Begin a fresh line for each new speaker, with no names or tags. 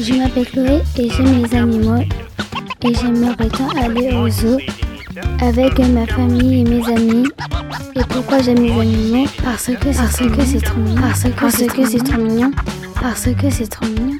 Je m'appelle Chloé et j'aime les animaux et j'aimerais tant aller au zoo avec ma famille et mes amis. Et pourquoi j'aime les animaux Parce que parce que c'est trop mignon. Parce que parce que c'est trop mignon. Parce que c'est trop mignon.